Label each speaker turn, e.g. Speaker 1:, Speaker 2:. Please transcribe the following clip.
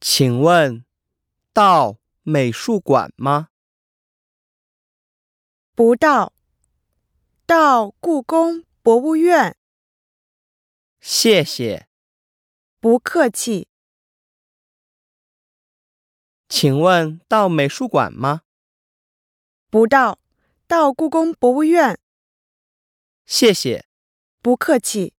Speaker 1: 请问到美术馆吗？
Speaker 2: 不到，到故宫博物院。
Speaker 1: 谢谢。
Speaker 2: 不客气，
Speaker 1: 请问到美术馆吗？
Speaker 2: 不到，到故宫博物院。
Speaker 1: 谢谢。
Speaker 2: 不客气。